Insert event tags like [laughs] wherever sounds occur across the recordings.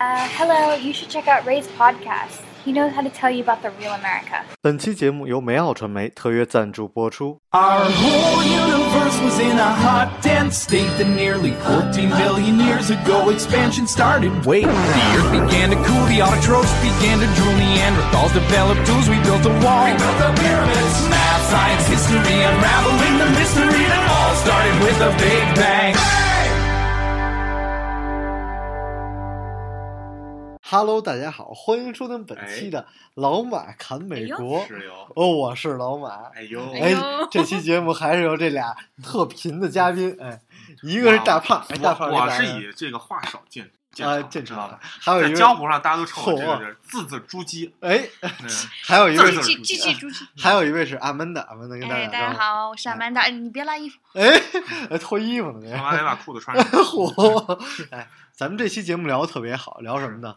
Uh, hello, you should check out Ray's podcast. He knows how to tell you about the real America. 本期节目由美好传媒特约赞助播出。 Our whole universe was in a hot, dense state that nearly 14 billion years ago expansion started. Wait, the earth began to cool, the autotrophs began to drool, Neanderthals developed tools, we built a wall. We built the pyramids. Math, science, history, unraveling the mystery that all started with a big bang. Hello，大家好，欢迎收听哎本期的老马侃美国。石油，哦，我是老马。哎呦，哎哎呦，这期节目还是由这俩特贫的嘉宾，哎，一个是大胖，哎，大胖我给大我家是以这个话少见见啊长见知道长吧？还有在一江个湖上大家都称我这吼啊个人字字珠玑，哎，嗯还有一字位儿字是儿这这这主持，还有一位是阿曼达，阿曼达跟大哎，家大打家招呼。好，我是阿曼达。哎，你别拉衣服，哎，哎脱衣服呢，这他是妈得把裤子穿上。 [laughs] 火！哎，咱们这期节目聊的特别好，聊什么呢？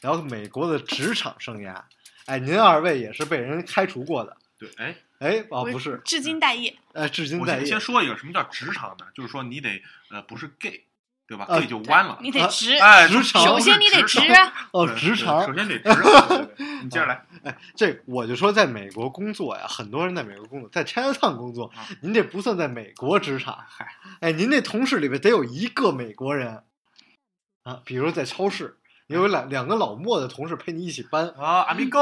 聊美国的职场生涯。哎，您二位也是被人开除过的？对，哎，哎，哦，我不是，至今待业。呃，至今我在先业先。说一个什么叫职场呢？就是说你得呃不是 gay，对吧啊？gay 就弯了。你得直，哎，职场首先你得直直啊。哦，对职对场首先 [laughs] 得直啊。对对对你接着来，这，我就说在美国工作呀，很多人在美国工作，在 Chinatown 工作啊，您这不算在美国职场。哎，您这同事里边得有一个美国人啊，比如在超市。你有两两个老莫的同事陪你一起搬啊，amigo，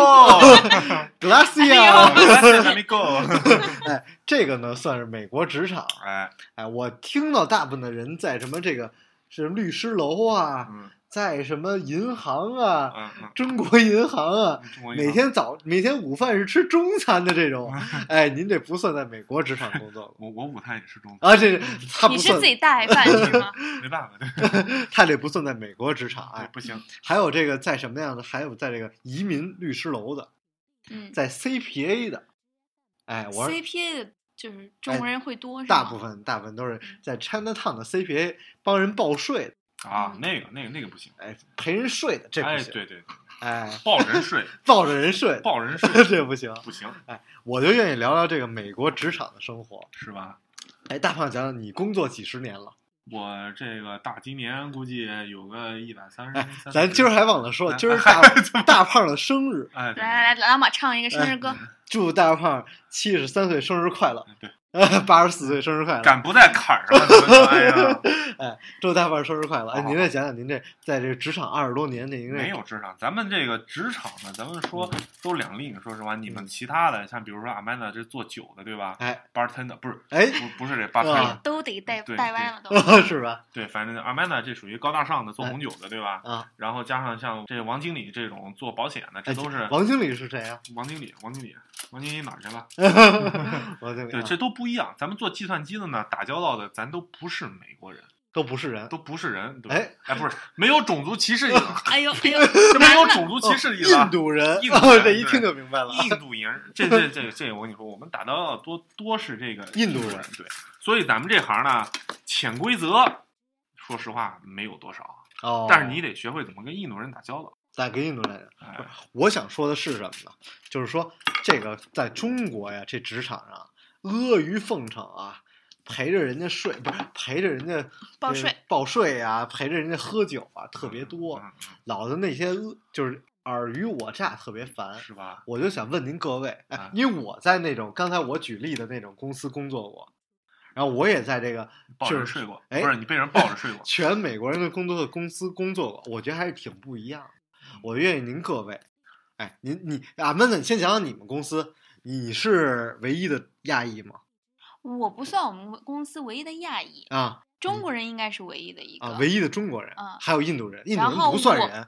，Glacia， amigo，哎，这个呢算是美国职场，哎，哎，我听到大部分的人在什么这个是律师楼啊，嗯在什么银行啊，嗯嗯中国银行啊，嗯，中国银行每天早每天午饭是吃中餐的这种，嗯哎，您这不算在美国职场工作 [laughs] 我我午餐也吃中啊，这他不你是算自，己带饭是吗？餐，没办法，对他这不算在美国职场，哎，不行，还有这个在什么样的，还有在这个移民律师楼的，嗯在 CPA 的，哎， [laughs] 我说，CPA 的就是中国人会多是吗？大部分大部分都是嗯在 Chinatown 的 CPA 帮人报税的，啊，那个那个那个不行，哎，陪人睡的嗯这不哎，行，对对，对哎，抱人睡，抱着人睡，抱人睡这不行。不行，我就愿意聊聊这个美国职场的生活。是吧？哎，大胖讲讲你工作几十年了？我这个大今年估计有个一百三十，哎咱今儿还忘了说，哎今儿大大胖的生日，哎，对来来来，老马唱一个生日哎歌。祝大胖七十三岁生日快乐，哎对， [laughs] 八十四岁生日快乐，敢不在坎儿上吗？你们哎呀， [laughs] 祝大胖生日快乐！哎，好您再讲讲您这在这个职场二十多年，这应该没有职场，咱们这个职场呢，咱们说嗯都两令，说实话，你们其他的像比如说阿曼达这做酒的，对吧哎？bartender 不是 [laughs] 哎，不不是这啊 bartender，都得带对带歪了都， [laughs] 是吧？对，反正阿曼达这属于高大上哎的做红酒的，对吧？啊，然后加上像这王经理这种做保险的，这哎都是王经理是谁啊？王经理，王经理，王经理哪儿去了？王经理对，啊这都不一样。咱们做计算机的呢，打交道的咱都不是美国人，都不是人，都不是人，对吧？哎哎，不是，没有种族歧视 [laughs] 意思，哎呦哎呦，这没有种族歧视意思啊哦印。度人，哦印度人这一对听就明白了。印度人，这这这这，我跟你说，我们打交道的多多是这个印度人人，对，所以咱们这行呢，潜规则，说实话没有多少，哦，但是你得学会怎么跟印度人打交道。咋跟印度人？哎，我想说的是什么呢？就是说，这个在中国呀，这职场上阿谀奉承啊，陪着人家睡，不是陪着人家报税呃报税呀、陪着人家喝酒啊，特别多嗯，，老的那些阿就是尔虞我诈，特别嗯烦。是吧？我就想问您各位，哎啊，因为我在那种刚才我举例的那种公司工作过，然后我也在这个抱就着是睡过，哎，不是你被人抱着睡 [laughs] 过全美国人的工作的公司工作过，我觉得还是挺不一样的。嗯我愿意您各位，哎，您你俺们呢，你先讲讲你们公司，你是唯一的亚裔吗？我不算我们公司唯一的亚裔，啊中国人应该是唯一的一个啊，。唯一的中国人，嗯还有印度人，印度然人后不我算人，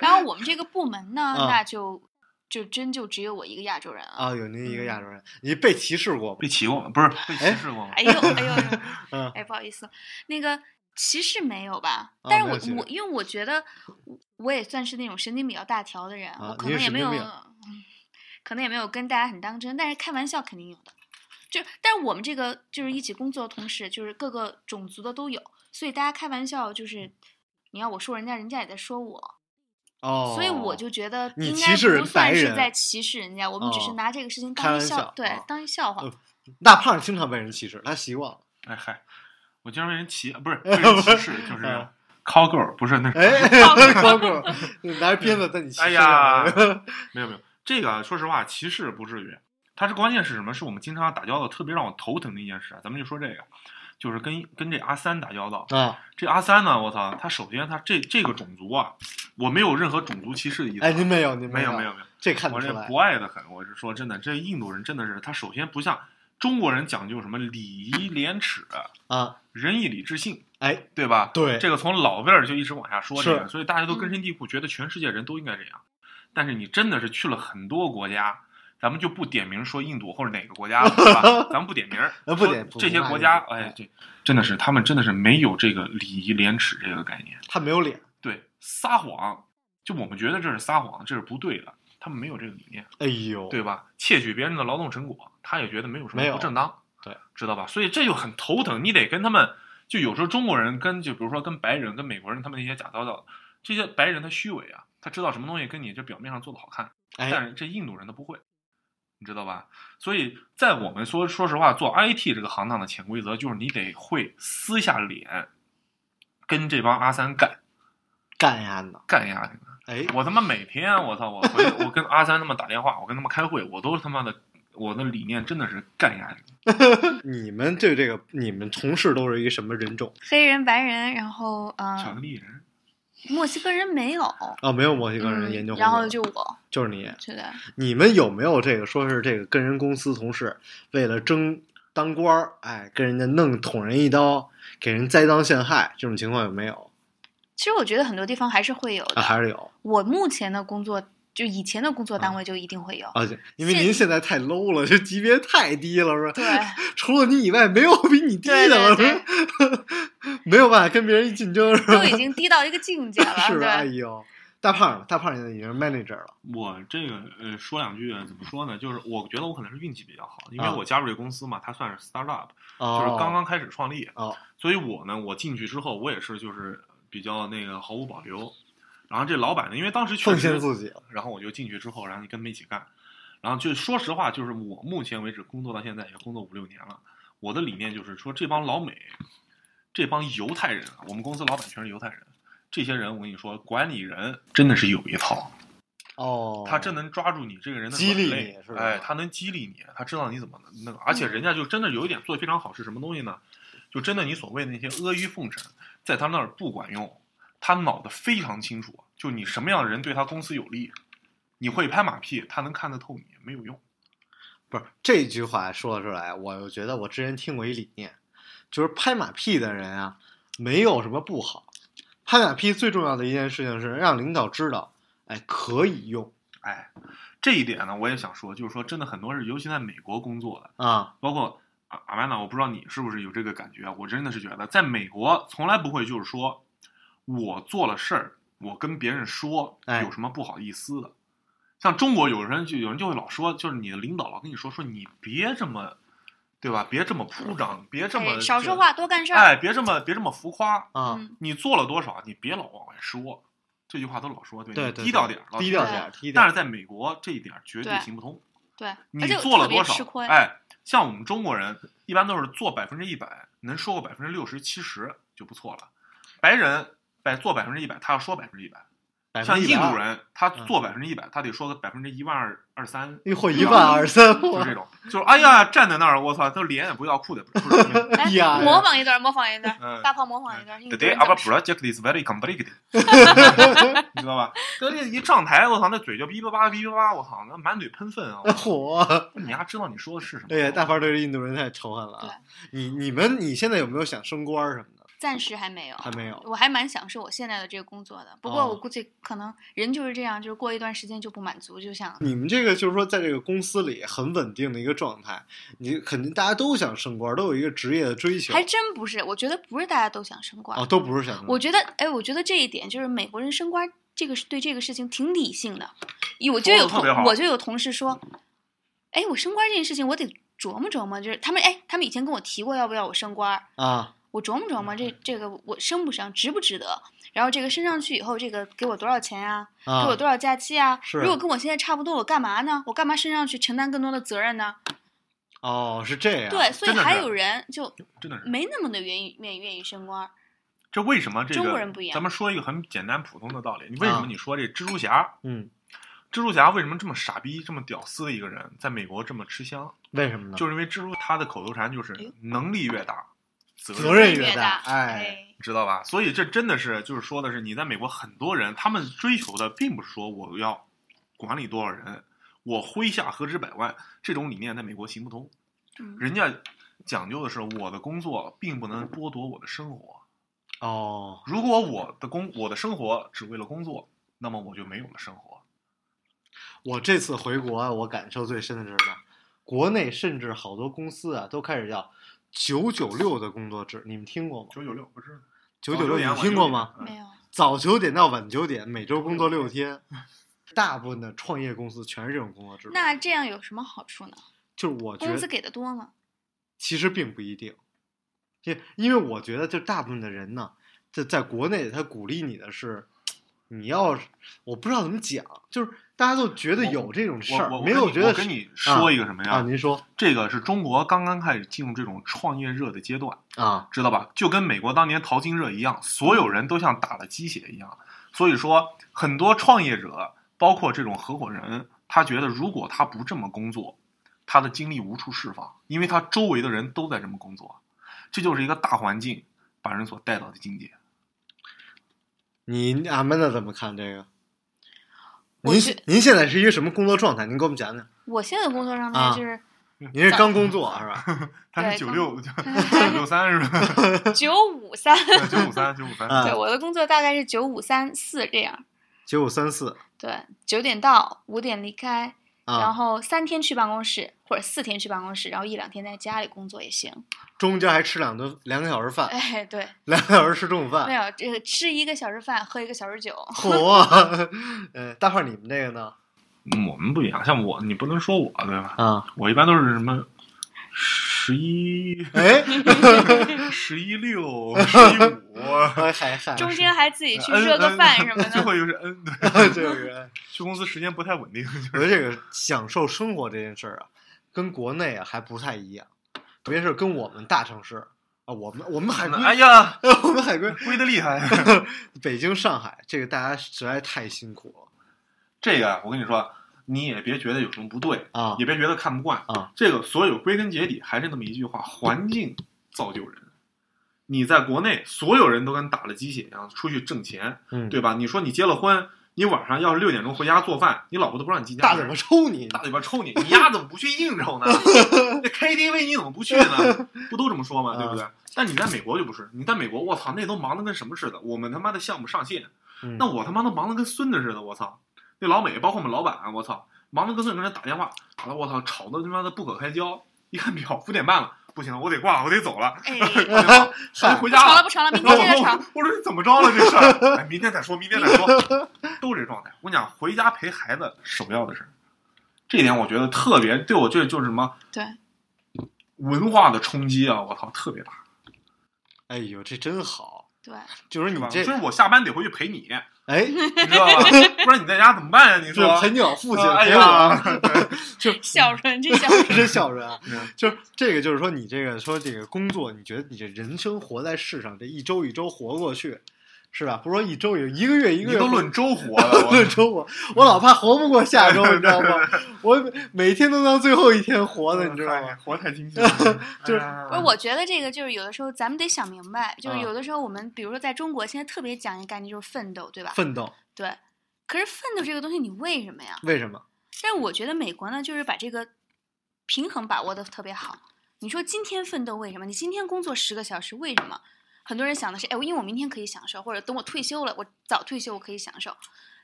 然后我们这个部门呢， [laughs] 啊那就就真就只有我一个亚洲人了。啊，有您一个亚洲人，你被歧视过吗？嗯被骑过吗？不是被哎歧视过吗？哎呦哎呦哎呦，嗯 [laughs] 哎，不好意思，那个歧视没有吧？啊没但是有我歧视我因为我觉得我我也算是那种神经比较大条的人，啊我可你是能也神没经有，病嗯可能也没有跟大家很当真，但是开玩笑肯定有的。就但是我们这个就是一起工作的同事，就是各个种族的都有，所以大家开玩笑就是你要我说人家，人家也在说我，哦，所以我就觉得你应歧该视人不算白是人在歧视人家，我们只哦是拿这个事情开当一玩笑，笑对哦，当一笑话。呃大胖经常被人歧视，他习惯了。 [laughs] 哎嗨，我竟然被人骑，不是被人歧视，就是嗯 call girl 不是 [laughs] 那个，哎，包裹拿着鞭子在你骑哎身上呀， [laughs] 没有没有，这个说实话歧视不至于，它是关键是什么？是我们经常打交道，特别让我头疼的一件事啊。咱们就说这个，就是跟跟这阿三打交道。啊！这阿三呢，我操，他首先他这这个种族啊，我没有任何种族歧视的意思啊。哎，您没有，您没有，没有，没有，这看得我出这来博爱的很。我是说真的，这印度人真的是，他首先不像中国人讲究什么礼仪廉耻、啊！仁义礼智信，哎，对吧？对，这个从老辈儿就一直往下说这个，是所以大家都根深蒂固，觉得全世界人都应该这样。但是你真的是去了很多国家，咱们就不点名说印度或者哪个国家了，是 [laughs] 吧？咱们不点名儿，呃不说点不这些骂国印家，度哎哎，这真的是他们真的是没有这个礼仪廉耻这个概念。他没有脸。对，撒谎，就我们觉得这是撒谎，这是不对的，他们没有这个理念。哎呦，对吧？窃取别人的劳动成果，他也觉得没有什没么有不正当，对，知道吧？所以这就很头疼，你得跟他们，就有时候中国人跟就比如说跟白人、跟美国人他们那些假道道，这些白人他虚伪啊，他知道什么东西跟你这表面上做的好看，但哎，是这印度人他不会，你知道吧？所以在我们说说实话，做 IT 这个行当的潜规则就是你得会撕下脸，跟这帮阿三干干呀呢！干下去。哎，我他妈每天，我操，我回我跟阿三他们打电话，我跟他们开会，我都他妈的，我的理念真的是干下去。你们对这个，你们同事都是一个什么人种黑人、白人，然后巧呃克，力人，墨西哥人没有，啊？没有墨西哥人嗯研究过这个，然后就我就是你，觉得你们有没有这个说是这个跟人公司同事为了争当官儿，哎，跟人家弄捅人一刀，给人栽赃陷害这种情况有没有？其实我觉得很多地方还是会有的。啊，还是有我目前的工作，就以前的工作单位就一定会有。啊，对因为现您现在太 low 了，这级别太低了，是吧？对， [laughs] 除了你以外，没有比你低的了，对对是吧没有办法跟别人竞争，是吧？都已经低到一个境界了， [laughs] 是吧？哎对，呦，大胖，大胖现在已经是 manager 了，我这个呃，说两句怎么说呢？就是我觉得我可能是运气比较好，因为啊我加入这公司嘛，它算是 startup，、哦，就是刚刚开始创立，哦，所以我呢，我进去之后，我也是就是比较那个毫无保留。然后这老板呢，因为当时确奉实献自己了，然后我就进去之后，然后就跟他们一起干。然后就说实话，就是我目前为止工作到现在也工作五六年了，我的理念就是说，这帮老美，这帮犹太人啊，我们公司老板全是犹太人，这些人我跟你说，管理人真的是有一套，哦，他真能抓住你这个人的激励软肋你是吧哎，他能激励你，他知道你怎么那个，而且人家就真的有一点做的非常好是什么东西呢？就真的你所谓的那些阿谀奉承，在他那儿不管用，他脑子非常清楚，就你什么样的人对他公司有利，你会拍马屁，他能看得透你，没有用。不是这句话说出来，我又觉得我之前听过一理念，就是拍马屁的人啊，没有什么不好。拍马屁最重要的一件事情是让领导知道，哎，可以用哎，这一点呢，我也想说，就是说真的很多是，尤其在美国工作的，啊，包括阿阿曼达，我不知道你是不是有这个感觉啊，我真的是觉得，在美国从来不会就是说我做了事儿，我跟别人说哎有什么不好意思的。像中国有人就有人就会老说，就是你的领导老跟你说说你别这么，对吧？别这么铺张，别这么哎少说，话，多干事儿。哎，别这么别这么浮夸。啊，嗯，你做了多少，你别老往外说，这句话都老说，对，对你对，低调点儿，老低实调点儿点儿，低调点但是儿。在美国这一点儿绝对对行不通。对，你而且我做了特别多少？吃亏。哎，像我们中国人一般都是做百分之一百，能说个百分之六十、七十就不错了。白人百做百分之一百，他要说百分之一百。百分像之一印百度二，人，他嗯做百分之一百，他得说个百分之一万二二 [laughs] 三，一会一万二三，就我这种。就是哎呀，站在那儿，我操，都脸也不要，裤子也不不是。 [laughs] 哎呀模仿一段，模仿一段，嗯大胖模仿一段。印度 Today 人怎 our 么说 project is very [laughs] complicated，你知道吧？跟这一上台，我操，那嘴就哔吧吧哔吧吧，我操，那满嘴喷粪啊！我操 [laughs] 火！你还知道你说的是什么？哎呀，大凡对这印度人太仇恨了啊！你你们你现在有没有想升官儿什么的？暂时还没有，还没有我还蛮享受我现在的这个工作的，不过哦我估计可能人就是这样，就是过一段时间就不满足，就想你们这个就是说，在这个公司里很稳定的一个状态，你肯定大家都想升官，都有一个职业的追求，还真不是，我觉得不是大家都想升官，啊，都不是嗯想升我官。觉得，哎，我觉得这一点就是美国人升官这个是对这个事情挺理性的，有我就说得有特同别好我就有同事说，哎，我升官这件事情我得琢磨琢磨，就是他们哎，他们以前跟我提过要不要我升官，啊，我琢磨琢嗯磨这这个我升不升，值不值得，然后这个升上去以后，这个给我多少钱呀、啊给我多少假期啊？是如果跟我现在差不多，我干嘛呢？我干嘛升上去承担更多的责任呢？哦，是这样。对，所以真的还是有人就真的是没那么的愿意愿意愿意升官。这为什么这个中国人不一样咱们说一个很简单普通的道理，你为什啊么你说这蜘蛛侠，嗯，蜘蛛侠为什么这么傻逼、这么屌丝的一个人，在美国这么吃香？为什么呢？就是因为蜘蛛他的口头禅哎就是能力越大，责责任任越越大大，哎，哎，知道吧？所以这真的是就是说的是你在美国很多人他们追求的并不是说我要管理多少人，我麾下何止百万这种理念在美国行不通，嗯人家讲究的是我的工作并不能剥夺我的生活。哦，如果我的工我的生活只为了工作，那么我就没有了生活。我这次回国啊，我感受最深的是什么？国内甚至好多公司啊，都开始要九九六的工作制，你们听过吗？九九六不是九九六，你听过吗？？嗯没有，早九点到晚九点，每周工作六天。大部分的创业公司全是这种工作制度，那这样有什么好处呢？就是我觉工资得给的多吗？其实并不一定，因因为我觉得就大部分的人呢，在在国内他鼓励你的是，你要我不知道怎么讲，就是大家都觉得我有这种事我儿我，没有觉得我跟你说一个什么是呀？啊，您说这个是中国刚刚开始进入这种创业热的阶段，啊，知道吧？就跟美国当年淘金热一样，所有人都像打了鸡血一样。所以说，很多创业者，包括这种合伙人，他觉得如果他不这么工作，他的精力无处释放，因为他周围的人都在这么工作，这就是一个大环境把人所带到的境界。你俺们那怎么看这个？我您觉您现在是一个什么工作状态？您给我们讲讲。我现在的工作状态啊就是嗯您是早刚工作啊是吧？他是对九刚六 [laughs] 九三是吧？九五三，九五三九五三， [laughs] 啊对，我的工作大概是九五三四这样，九五三四对，九点到，五点离开， [laughs] 然啊，后三天去办公室或者四天去办公室，然后一两天在家里工作也行。 [laughs] 中间还吃两顿两个小时饭，哎，对，两个小时吃中午没饭。有这个吃一个小时饭，喝一个小时酒。啊 [laughs] 嚯，呃，大胖你们这个呢？嗯我们不一样，像我，你不能说我对吧？啊，我一般都是什么十一、 [laughs] 哎，十一六、十一五，嗨嗨嗨，中间还自己 [laughs] 去嗯热个饭什么嗯最的，后就是 N，对， [laughs] 这个人，去公司时间不太稳定。我觉得这个享受生活这件事儿啊，跟国内啊还不太一样，特别是跟我们大城市啊，我们我们海归，哎呀， [laughs] 我们海归，归的厉害。北京、上海，这个大家实在太辛苦了这个啊我跟你说，你也别觉得有什么不对，啊也别觉得看不惯啊。这个所有归根结底还是那么一句话：环境造就人。你在国内，所有人都跟打了鸡血一样出去挣钱，嗯对吧？你说你结了婚，你晚上要是六点钟回家做饭，你老婆都不让你进家大门嘴巴抽你，大嘴巴抽你，你丫怎么不去应酬 [laughs] 呢？那 KTV 你怎么不去呢？不都这么说吗？对不嗯对？但你在美国就不是，你在美国，我操，那都忙得跟什么似的。我们他妈的项目上线，嗯那我他妈都忙得跟孙子似的，我操！那老美，包括我们老板，我操，忙得跟孙子跟人打电话，打的我操，吵得他妈的不可开交。一看表，五点半了，不行，我得挂了，我得走了，哎，[laughs] 我得嗨回不家吵了了不。吵了， [laughs] 明然天后接 [laughs] 着吵我。我说你怎么着了这事儿？哎，明天再说，明天再说，都是这状态。我讲回家陪孩子首要的事儿，这一点我觉得特别对我这就是什么对，文化的冲击啊！我操，特别大，哎呦，这真好，对，就是是你吧？所这，以我下班得回去陪你，哎，你知道吧？不然你在家怎么办呀？你就是说陪你老父亲，哎陪呀 [laughs] 我，孝顺这孝顺， [laughs] 真孝顺啊嗯！就是这个，就是说你这个说这个工作，你觉得你这人生活在世上，这一周一周活过去，是吧？不是说一周一一个月一个你月都活论周活了，我论周我，我老怕活不过下周，你知道吗？我每天都当最后一天活的，你知道哎吗？活太精心了， [laughs] 哎就是不是，我觉得这个就是有的时候咱们得想明白，就是嗯有的时候我们，比如说在中国现在特别讲一个概念就是奋斗，对吧？奋斗对。可是奋斗这个东西，你为什么呀？为什么？但是我觉得美国呢，就是把这个平衡把握的特别好。你说今天奋斗为什么？你今天工作十个小时为什么？很多人想的是，哎，我因为我明天可以享受，或者等我退休了，我早退休我可以享受。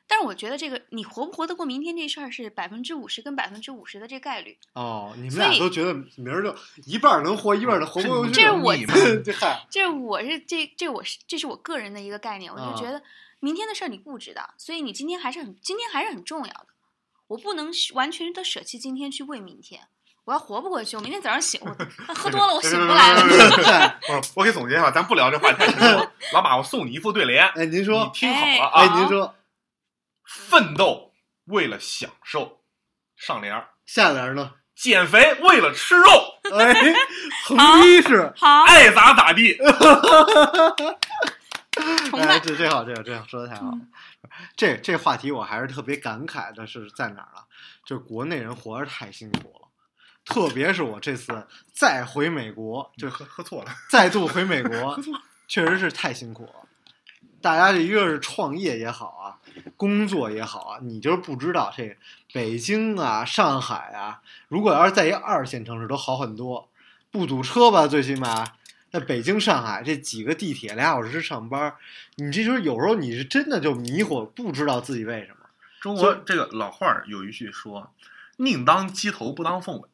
但是我觉得这个你活不活得过明天这事儿是百分之五十跟百分之五十的这概率。哦，你们所俩以都觉得明儿就一半儿能活，一半儿能活不过去。这是我你对，嗨，这我是这这我是这是我个人的一个概念，我啊就觉得明天的事儿你不知道，所以你今天还是很今天还是很重要的。我不能是完全的舍弃今天去为明天，我要活不过去，我明天早上醒，我 [laughs] 喝多了我醒不来了。 [laughs] 嗨我我给总结一下，咱不聊这话题。 [laughs] 老马，我送你一副对联，哎，您你说，听好了啊哎，好您说奋斗为了享受，上联儿；下联儿呢？减肥为了吃肉， [laughs] [laughs] 哎，横批是好，爱咋咋地。 [laughs] 崇哎，拜。嗯这这好，这好，这好，说的太好了。这这话题我还是特别感慨的是在哪儿啊？就是国内人活着太辛苦了，特别是我这次再回美国，就就喝喝错了， [laughs] 再度回美国，确实是太辛苦了。大家这一个是创业也好啊，工作也好啊，你就是不知道这个北京啊、上海啊，如果要是在一个二线城市都好很多，不堵车吧，最起码在北京、上海这几个地铁俩小时上班，你这就是有时候你是真的就迷糊，不知道自己为什么。 [laughs] 中所国以这个老话儿有一句说：“宁当鸡头不当凤尾。”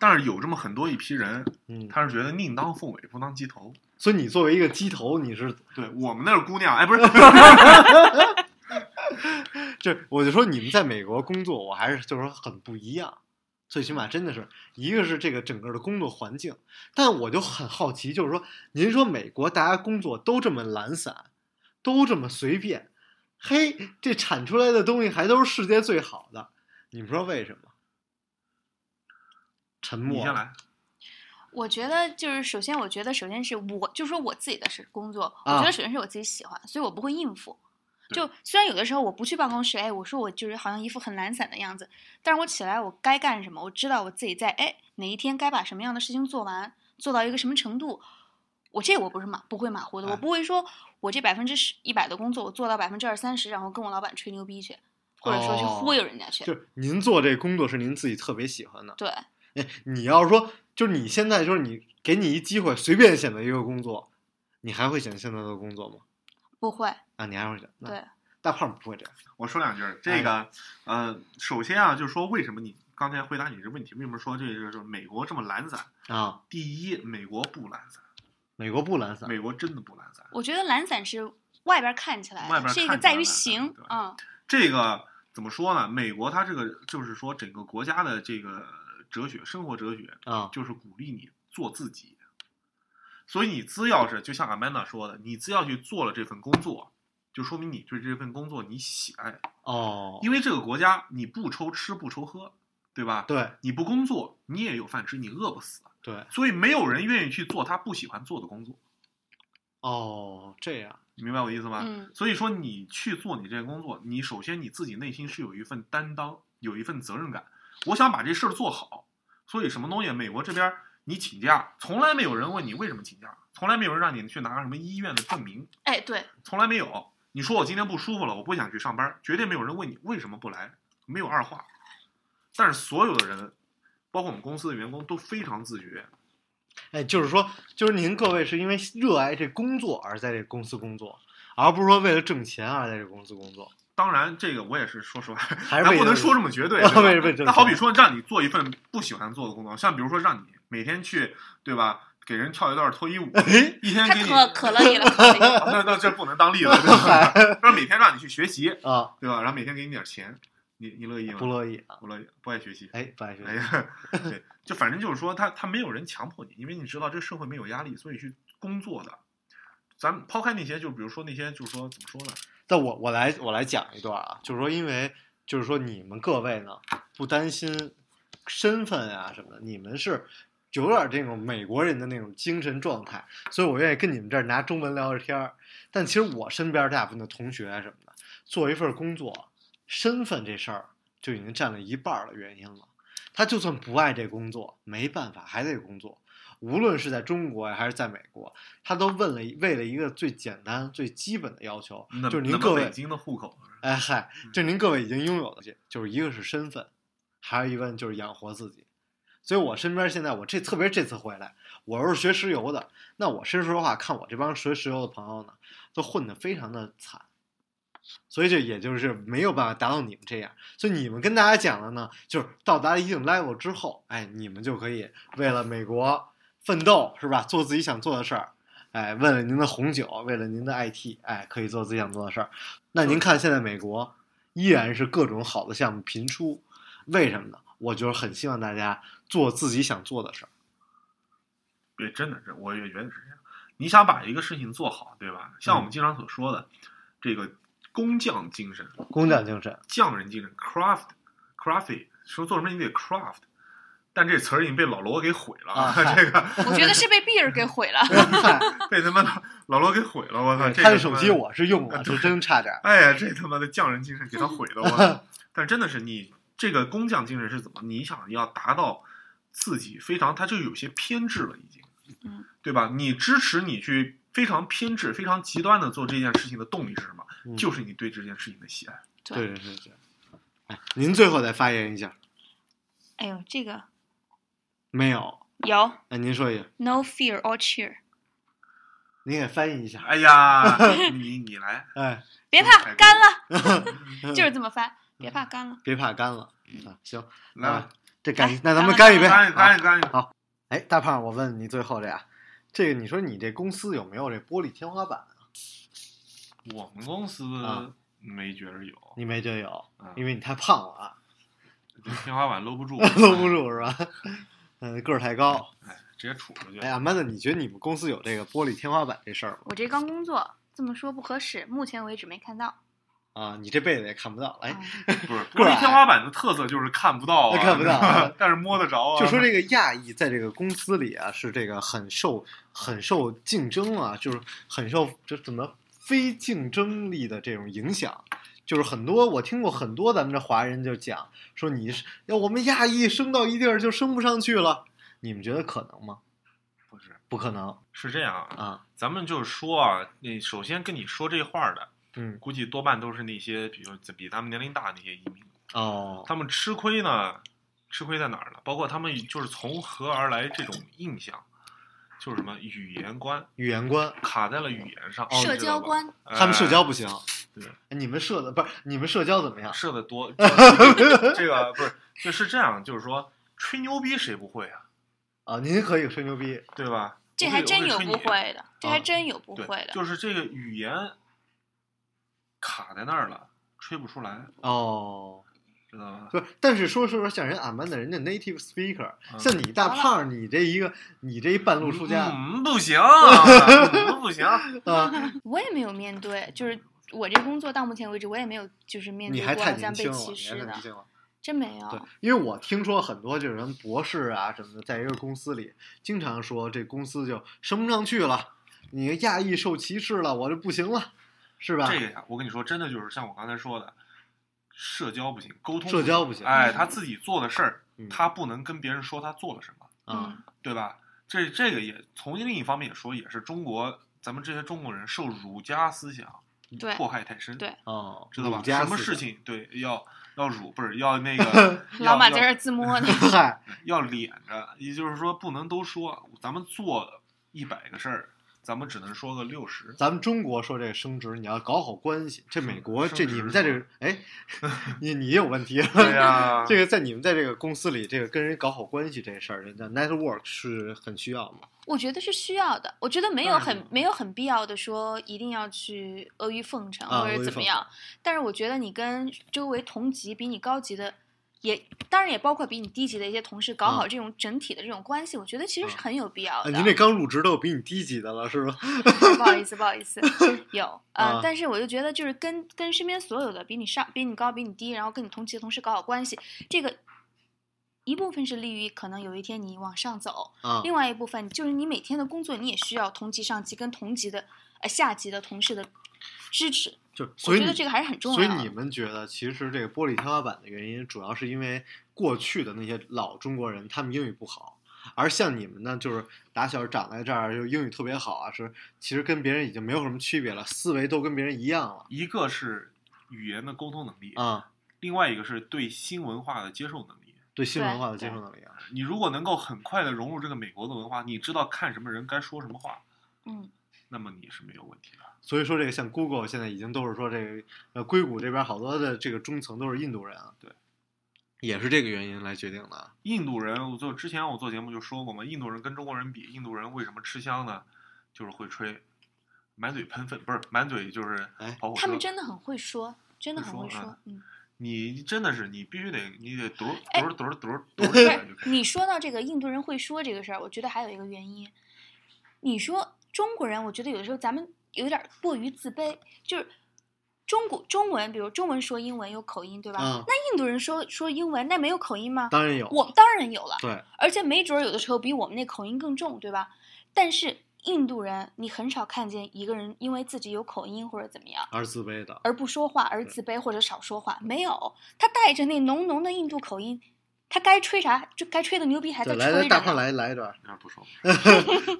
但是有这么很多一批人，嗯，他是觉得宁当凤尾不当鸡头。所以你作为一个鸡头，你是对我们那儿姑娘，哎，不 [laughs] 是，这我就说你们在美国工作，我还是就是说很不一样。最起码真的是一个是这个整个的工作环境，但我就很好奇，就是说，您说美国大家工作都这么懒散，都这么随便，嘿，这产出来的东西还都是世界最好的，你们说为什么？沉默。你先来，我觉得就是，首先，我觉得首先是我，就说我自己的是工作，我啊觉得首先是我自己喜欢，所以我不会应付。对就虽然有的时候我不去办公室，哎，我说我就是好像一副很懒散的样子，但是我起来我该干什么，我知道我自己在哎哪一天该把什么样的事情做完，做到一个什么程度，我这我不是马不会马虎的，哎我不会说我这百分之十一百的工作我做到百分之二三十，然后跟我老板吹牛逼去，或者说去哦忽悠人家去，就是您做这工作是您自己特别喜欢的，对。哎， [laughs] 你要是说，就是你现在就是你给你一机会，随便选择一个工作，你还会选现在的工作吗？不会，啊，你还会选？那对，大胖不会这样。我说两句儿。这个，呃，首先啊，就是说为什么你刚才回答你这问题，为什么说这个就是美国这么懒散？啊，第一，美国不懒散，美国不懒散，美国真的不懒散。我觉得懒散是外边看起来外的，边是一看个起在来于懒散行对，嗯。这个怎么说呢？美国它这个就是说整个国家的这个哲学，生活哲学啊，就是鼓励你做自己。所以你只要是就像阿曼达说的，你只要去做了这份工作，就说明你对这份工作你喜爱，哦，因为这个国家你不愁吃不愁喝，对吧？对你不工作你也有饭吃，你饿不死。对，所以没有人愿意去做他不喜欢做的工作，哦，这样，你明白我意思吗？嗯所以说你去做你这个工作，你首先你自己内心是有一份担当，有一份责任感。我想把这事儿做好，所以什么东西，美国这边儿你请假，从来没有人问你为什么请假，从来没有人让你去拿什么医院的证明，哎，对，从来没有。你说我今天不舒服了，我不想去上班，绝对没有人问你为什么不来，没有二话。但是所有的人，包括我们公司的员工，都非常自觉。哎，就是说，就是您各位是因为热爱这工作而在这公司工作，而不是说为了挣钱而在这公司工作，当然，这个我也是说实话，还是咱为不能了 [laughs] 说这么绝对。为对吧为为挣那好比钱说让你做一份不喜欢做的工作，像比如说让你每天去，对吧？给人跳一段脱衣舞，哎一天他给你，可可乐你了，可乐你 [laughs] [laughs] 了那那这不能 [laughs] 当例子，对吧？让每天让你去学习，啊，对吧？然后每天给你点钱，你你乐意吗？不乐意啊，不乐意，不爱学习。哎，不爱学哎习，呀，对，就反正就是说，他他没有人强迫你，因为你知道这社会没有压力，所以去工作的。咱们抛开那些，就比如说那些，就是说怎么说呢？但我我来我来讲一段啊，就是说，因为就是说你们各位呢不担心身份啊什么的，你们是有点这种美国人的那种精神状态，所以我愿意跟你们这儿拿中文聊聊天儿。但其实我身边大部分的同学啊什么的，做一份工作，身份这事儿就已经占了一半儿的原因了。他就算不爱这工作，没办法还得工作。无论是在中国呀，还是在美国，他都问了为了一个最简单、最基本的要求，那就是您那各么位北京的户口，哎嗨，就您各位已经拥有的东西，就是一个是身份，还有一问就是养活自己。所以我身边现在我这特别这次回来，我是学石油的，那我说实话，看我这帮学石油的朋友呢，都混得非常的惨，所以这也就是没有办法达到你们这样。所以你们跟大家讲的呢，就是到达一定 level 之后，哎，你们就可以为了美国奋斗，是吧？做自己想做的事儿。哎，为了您的红酒，为了您的 IT，哎，可以做自己想做的事儿。那您看，现在美国依然是各种好的项目频出，为什么呢？我就是很希望大家做自己想做的事儿。对，真的是，我也觉得是这样。你想把一个事情做好，对吧？像我嗯们经常所说的，这个工匠精神、工匠精神，匠人精神 （craft）、crafty，说做什么你得 craft，但这词儿已经被老罗给毁了，啊 [laughs] 这个我觉得是被碧儿给毁了。 [laughs] 嗨被他妈的老罗给毁了，我操！这个他的他手妈机我是用过，是真差点儿。哎呀，这他妈的匠人精神给他毁了我。但真的 [laughs] 是你这个工匠精神是怎么？你想要达到自己非常，他就有些偏执了，已经，嗯，对吧？你支持你去非常偏执、非常极端的做这件事情的动力是什么？嗯就是你对这件事情的喜爱。对对对对。哎，您最后再发言一下，哎呦，这个没有？有哎，您说一个， no fear or cheer，您给翻译一下。哎呀，你你来，哎，别太怕，过干了， [laughs] 就是这 [laughs] 么翻，别怕干了。别怕干了啊，行，来吧，这干来，那咱们干干了一杯，干啊干干，哎，大胖，我问你最后这呀，这个你说你这公司有没有这玻璃天花板？我们公司啊没觉着有，你没就有嗯，因为你太胖了啊，，这天花板搂不 [laughs] 住搂不，住是吧？嗯，个儿太高。哎，直接杵出去哎，。阿曼达，你觉得你们公司有这个玻璃天花板这事儿吗？我这刚工作，这么说不合适，目前为止没看到。啊，你这辈子也看不到。哎，嗯不是，个玻儿璃矮天花板的特色就是看不到啊，看不到啊 [laughs] 但是摸得着啊。就说这个亚裔在这个公司里啊，是这个很受很受竞争啊，就是很受就怎么非竞争力的这种影响。就是很多我听过很多咱们这华人就讲说你是要我们亚裔升到一地儿就升不上去了，你们觉得可能吗？不是不可能是这样啊，啊，咱们就是说啊，那首先跟你说这话的，嗯估计多半都是那些比如比咱们年龄大的那些移民，哦，他们吃亏呢，吃亏在哪儿呢？包括他们就是从何而来这种印象，就是什么语言观语言观卡在了语言上，你知道社吧交，观，哎他们社交不行，对你们社的不是你们社交怎么样？射的多，这个不是， [laughs] 就是这样，就是说吹牛逼谁不会啊，啊，您可以吹牛逼，对吧？这我还会真有我会吹不你哦会的，这还啊真有不对，会的。就是这个语言卡在那儿了，吹不出来，哦，知道吧？不是，但是说说说像人阿曼的人家 native speaker，、嗯像你大胖儿，你这一个，你这一半路出家、嗯，[laughs] 不行，嗯不行，啊，我也没有面对，就是我这工作到目前为止，我也没有就是面你对还嗯过太好像年被轻了，歧你还视太年的，啊轻了。真没有对。，因为我听说很多就是人博士啊什么的，在一个公司里，经常说这公司就升不上去了，你亚裔受歧视了，我就不行了，是吧？这个呀，我跟你说，真的就是像我刚才说的，社交不行，沟通社行交不行哎，他自己做的事儿，嗯他不能跟别人说他做了什么，嗯啊，对吧？这这个也从另一方面也说，也是中国咱们这些中国人受儒家思想嗯，对，迫害太深，对哦，知道吧儒？家什么思事想？情对要要儒不是要那个老马要在这要儿自摸呢。 [laughs] 嗨，要脸着，也就是说不能都说，咱们做一百个事儿，咱们只能说个 [laughs] 六十。咱们中国说这个升职，你要搞好关系。这是美国升这职你们是在这吧个，哎， [laughs] 你你也有问题。 [laughs] 对呀、这个在你们在这个公司里，这个跟人搞好关系这事儿，人家 network 是很需要嘛。 [laughs] 我觉得是需要的，我觉得没有当然很嗯了没有很必要的说一定要去阿谀奉承啊或阿谀者怎奉么样，但是我觉得你跟周围同级比你高级的，也当然也包括比你低级的一些同事，搞好啊这种整体的这种关系，我觉得其实是啊很有必要啊，的。您这刚入职的我比你低级的了是吧？ [laughs] 不好意思，不好 [laughs] 意思，有啊呃，但是我就觉得就是跟跟身边所有的比你上、比你高、比你低，然后跟你同级的同事搞好关系，这个一部分是利于可能有一天你往上走，啊，另外一部分就是你每天的工作，你也需要同级、上级跟同级的呃下级的同事的支持。就所我以觉得你这个还是很重要所以的。你们觉得，其实这个玻璃天花板的原因，主要是因为过去的那些老中国人，他们英语不好，而像你们呢，就是打小长在这儿，就英语特别好啊，是其实跟别人已经没有什么区别了，思维都跟别人一样了一个是语言的沟通能力，啊。另外一个是对新文化的接受能力。对新文对化的接对受能力啊，你如果能够很快的融入这个美国的文化，你知道看什么人该说什么话，嗯，那么你是没有问题的。所以说这个像 Google 现在已经都是说这个呃硅谷这边好多的这个中层都是印度人啊，对，也是这个原因来决定的啊。印度人，我做之前我做节目就说过嘛，印度人跟中国人比，印度人为什么吃香呢？就是会吹，满嘴喷粪，不是满嘴就是哎跑火车。他们真的很会说，真的会很会说说。啊嗯，你真的是你必须得你得读哎读读读读不读下是来就可以。你说到这个印度人会说这个事儿，我觉得还有一个原因。你说中国人，我觉得有的时候咱们有点儿过于自卑，就是中古中文，比如中文说英文有口音，对吧？嗯那印度人说说英文，那没有口音吗？当然有，我当然有了，对，而且没准儿有的时候比我们那口音更重，对吧？但是印度人，你很少看见一个人因为自己有口音或者怎么样而自卑的，而不说话，而自卑或者少说话，没有。他带着那浓浓的印度口音，他该吹啥就该吹的牛逼还在对，吹来着来，大呢。胖来来一段。那不说，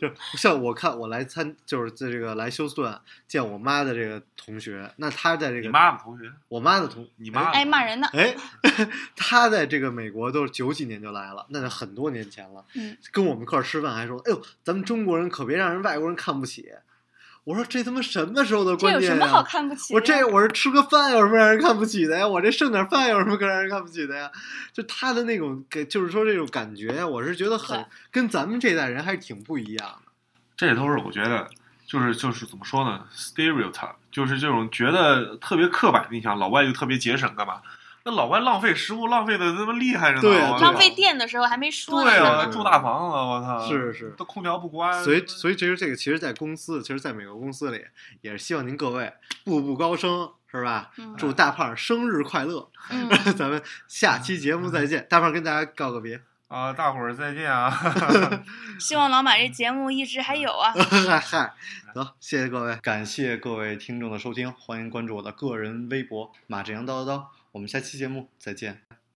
就像我看我来参就是在这个来休斯顿见我妈的这个同学，那他在这你个妈的同学，我妈的同你妈哎，骂人呢，哎， [laughs] 他在这个美国都是九几年就来了，那就很多年前了。嗯，跟我们一块儿吃饭还说，哎呦，咱们中国人可别让人外国人看不起。我说这他妈什么时候的这观有念什呀、么好看不啊起的我呀？这我是吃个饭有什么让人看不起的呀？我这剩点饭有什么可让人看不起的呀？就他的那种给，就是说这种感觉，我是觉得很对跟咱们这代人还是挺不一样的。这都是我觉得，就是就是怎么说呢，stereotype，就是这种觉得特别刻板的印象，老外就特别节省，干嘛？那老外浪费食物，浪费的他妈厉害着呢，对啊对我啊靠浪费电的时候还没说呢，对啊啊，住大房子，我操，是是都空调不关，所以，所以其实这个，其实，在公司，其实，在美国公司里，也是希望您各位步步高升，是吧？嗯祝大胖生日快乐！嗯， [laughs] 咱们下期节目再见，大胖跟大家告个别，啊，大伙儿再 [laughs] 见啊！希望老马这节目一直还有啊。 [laughs] 嗨，嗯走，谢谢各位，感谢各位听众的收听，欢迎关注我的个人微博马志阳叨叨叨，我们下期节目再见。